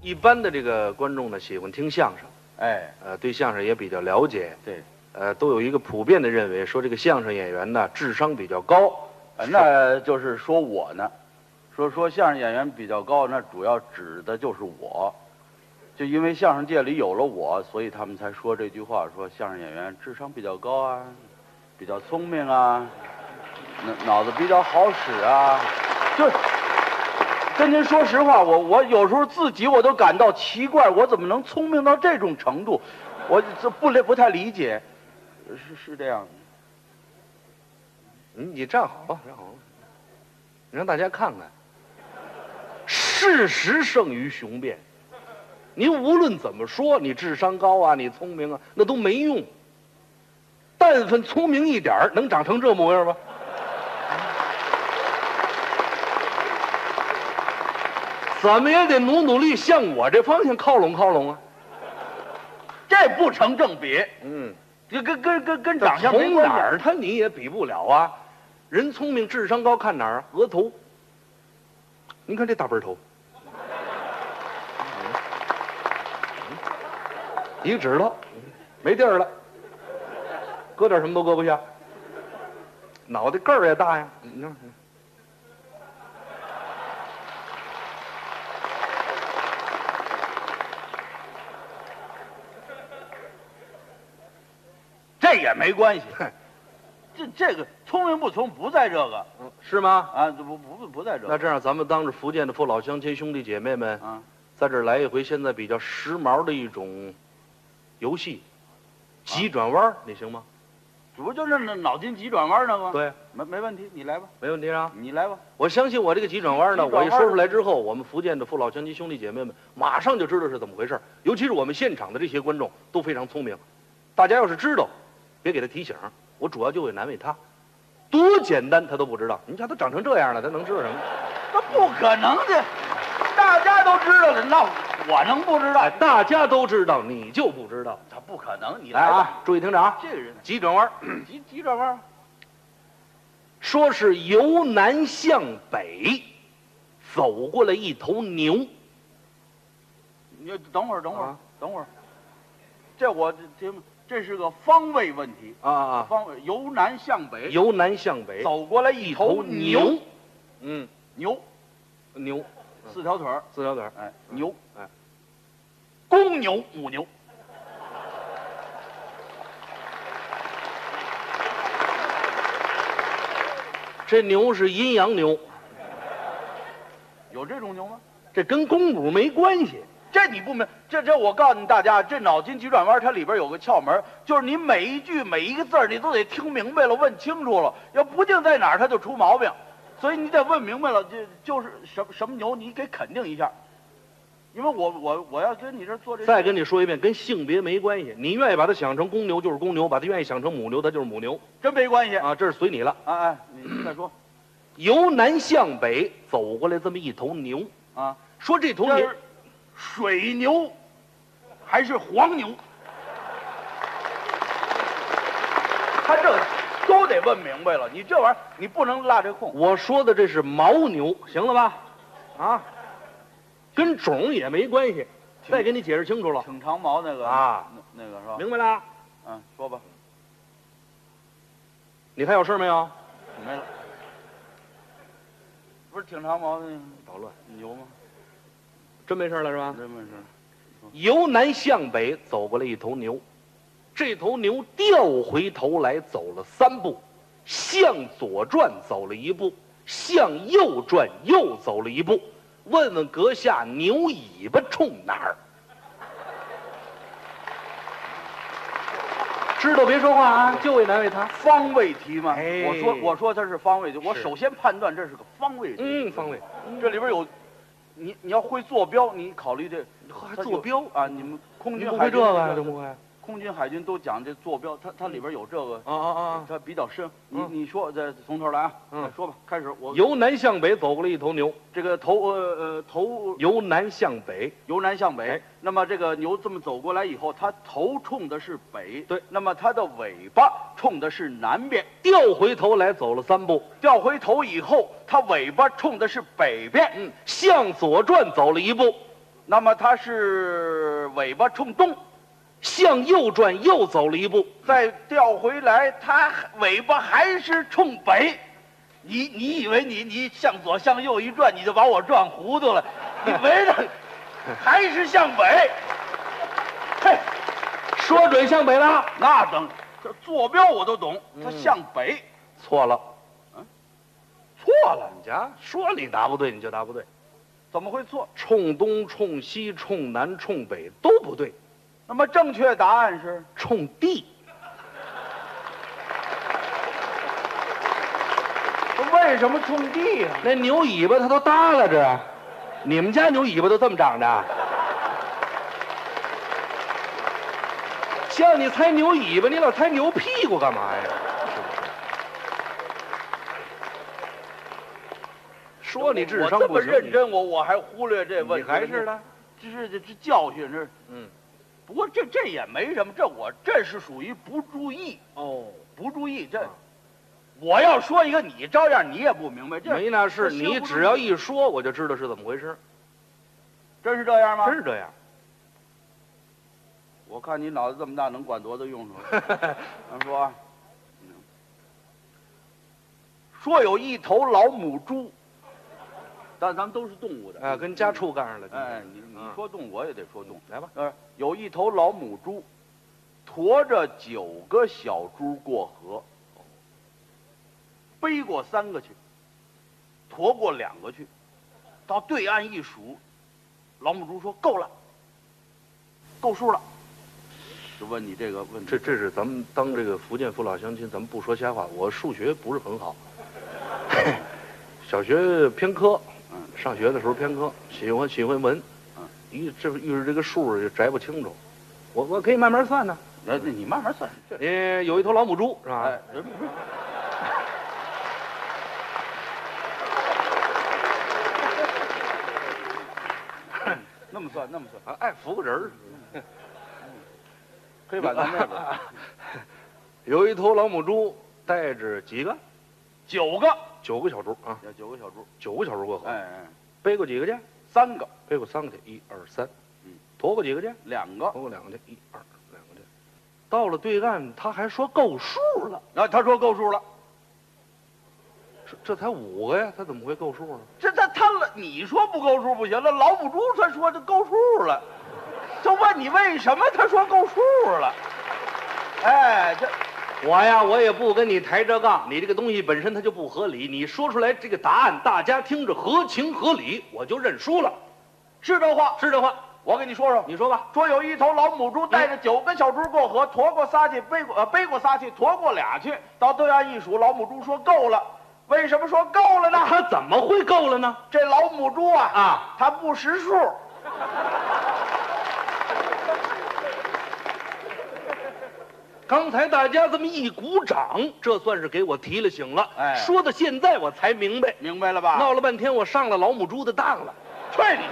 一般的这个观众呢，喜欢听相声，哎，呃，对相声也比较了解，对，呃，都有一个普遍的认为，说这个相声演员呢，智商比较高。呃那就是说我呢，说说相声演员比较高，那主要指的就是我，就因为相声界里有了我，所以他们才说这句话，说相声演员智商比较高啊，比较聪明啊，脑脑子比较好使啊，就跟您说实话，我我有时候自己我都感到奇怪，我怎么能聪明到这种程度？我这不理不太理解，是是这样的。嗯，你站好了，站好了，你让大家看看，事实胜于雄辩。您无论怎么说，你智商高啊，你聪明啊，那都没用。但凡聪明一点儿，能长成这模样吗？怎么也得努努力向我这方向靠拢靠拢啊！这不成正比，嗯。这跟跟跟跟长长相相从没哪关儿他你也比不了啊！人聪明智商高看哪儿啊？额头。您看这大背头，一个指头，没地儿了，搁点什么都搁不下。脑袋个儿也大呀，你看，这也没关系。这这个聪明不聪不在这个是吗？啊，不不不在这那个这样，咱们当着福建的父老乡亲兄弟姐妹们，啊，在这儿来一回现在比较时髦的一种游戏，急转弯儿，你行吗？这不就是那脑筋急转弯那个吗？，对，啊没没问题，你来吧，没问题啊。你来吧。我相信我这个急转弯呢，急转我一弯说出来之后，我们福建的父老乡亲兄弟姐妹们马上就知道是怎么回事儿。尤其是我们现场的这些观众都非常聪明，大家要是知道，别给他提醒，我主要就会难为他。多简单他都不知道，你瞧他长成这样了，他能知道什么？那不可能的，大家都知道了，那我能不知道哎，？大家都知道，你就不知道。他不可能，你来来吧。啊，注意听着啊，这个人急转弯，急急转弯，说是由南向北，走过来一头牛。你等会儿，等会儿啊，等会儿，这我这这这是个方位问题，啊啊，方位由南向北，由南向北，走过来一一头头牛牛，嗯，牛牛，四条腿儿，四条腿儿。哎，牛，哎，公牛、母牛，这牛是阴阳牛，有这种牛吗？这跟公母没关系。这你不明，这这我告诉你大家，这脑筋急转弯它里边有个窍门，就是你每一句每一个字儿你都得听明白了，问清楚了，要不定在哪儿它就出毛病，所以你得问明白了，就就是什么什么牛，你给肯定一下，因为我我我要跟你这儿做这再跟你说一遍，跟性别没关系。你愿意把它想成公牛就是公牛，把它愿意想成母牛，它就是母牛真没关系，啊啊，这是随你了。哎，你再说由南向北走过来这么一头牛，啊，说这头这牛是水牛还是黄牛？他这个都得问明白了，你这玩意儿你不能落这空。我说的这是牦牛，行了吧？啊，跟种也没关系。挺再给你解释清楚了，挺长毛那个啊，那那个是吧？明白了？嗯，说吧，你还有事没有？没了。不是挺长毛那个捣乱，牛吗？真没事了是吧？真没事。由南向北走过来一头牛，这头牛掉回头来走了三步，向左转走了一步，向右转又走了一步。问问阁下，牛尾巴冲哪儿？ 知道别说话啊，就为难为他。方位题嘛，哎我说我说它是方位题，我是首先判断这是个方位题。嗯，方位，这里边有，你你要会坐标，你考虑这还它有坐标啊，你们空你军嗯不海会这军个呀？都这不会啊空军海军都讲这坐标，它它里边有这个，啊啊！它比较深。你嗯你说再从头来啊，嗯再说吧，开始我由南向北走过来一头牛，这个头呃呃头由南向北由南向哎北，那么这个牛这么走过来以后，它头冲的是北，对那么它的尾巴冲的是南边，掉回头来走了三步，掉回嗯头以后，它尾巴冲的是北边，嗯，向左转走了一步，那么它是尾巴冲东，向右转又走了一步，再调回来，它尾巴还是冲北。你你以为你你向左向右一转，你就把我转糊涂了？你围着还是向北？嘿，说准向北了，那等这坐标我都懂，它向北。错了。错了，你瞧，说你答不对你就答不对，怎么会错？冲东、冲西、冲南、冲北都不对，那么正确答案是冲地。为什么冲地啊呀、那牛尾巴它都耷拉着啊，你们家牛尾巴都这么长着啊？叫你猜牛尾巴，你老猜牛屁股干嘛呀？是不是说你智商我这不么行，认真，我我还忽略这问你题，还是的。这是这这教训这。嗯，不过这这也没什么，这我这是属于不注意，哦，不注意这。啊我要说一个，你照样你也不明白，这没那事，这羞你不只住要一说，我就知道是怎么回事，真是这样吗？真是这样。我看你脑子这么大，能管多大 用处？咱说啊，嗯说有一头老母猪，但咱们都是动物的啊，跟家。畜干上了。今天哎，你你嗯说动我也得说动。来吧，呃，有一头老母猪，驮着九个小猪过河，背过三个去，驮过两个去，到对岸一数，老母猪说够了，够数了，就问你这个问题这。这是咱们当这个福建父老乡亲，咱们不说瞎话。我数学不是很好，小学偏科，嗯上学的时候偏科，喜欢喜欢文，嗯，一这遇着这个数儿就摘不清楚，我我可以慢慢算呢、那那你慢慢算。这呃，有一头老母猪是吧？哎，人不是 那么算，那么算，啊，爱扶个人儿。可以把咱 那边儿有一头老母猪带着几个？九个，九个小猪啊，有九个小猪，九个小猪过河，哎哎，背过几个去？三个，背过三个去，一二三。嗯，驮过几个去？两个。驮过两个去，一二两个去。到了对岸，他还说够数了。然后他说够数了，这这才五个呀，他怎么会够数呢？这他他你说不够数不行了，老母猪他说这够数了，就问你为什么他说够数了，哎，这我呀，我也不跟你抬这杠，你这个东西本身它就不合理，你说出来这个答案，大家听着合情合理，我就认输了。是这话，是这话，我跟你说说，你说吧。说有一头老母猪带着九个小猪过河，驮过仨去，背过呃背过仨去，驮过俩去。到对岸一数，老母猪说够了。为什么说够了那呢？他怎么会够了呢？这老母猪啊啊，它不识数。刚才大家这么一鼓掌，这算是给我提了醒了。哎啊说到现在我才明白，明白了吧闹了半天我上了老母猪的当了。去你！